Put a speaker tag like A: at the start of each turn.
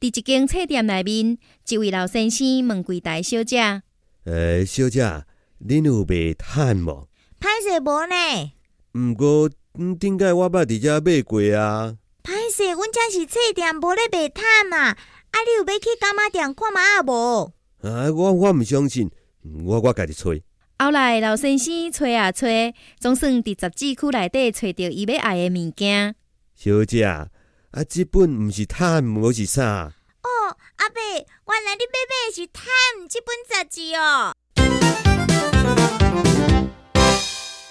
A: 伫一间册店内面，一位老先生问柜台小姐
B: 呃，小姐，恁有卖炭无？
C: 歹势无呢？
B: 毋过嗯顶摆我捌伫遮买过啊。
C: 歹势，阮遮是册店，无咧卖趁啊！啊，你有要去干妈店看嘛啊无？
B: 啊，我我毋相信，嗯我我家己揣。：“
A: 后来老先生吹啊吹，总算伫十字区内底找到伊要爱的物件。
B: 小姐，啊，即本毋是炭，无是啥？
C: 哦，阿伯，原来你买买的是趁即本杂志哦。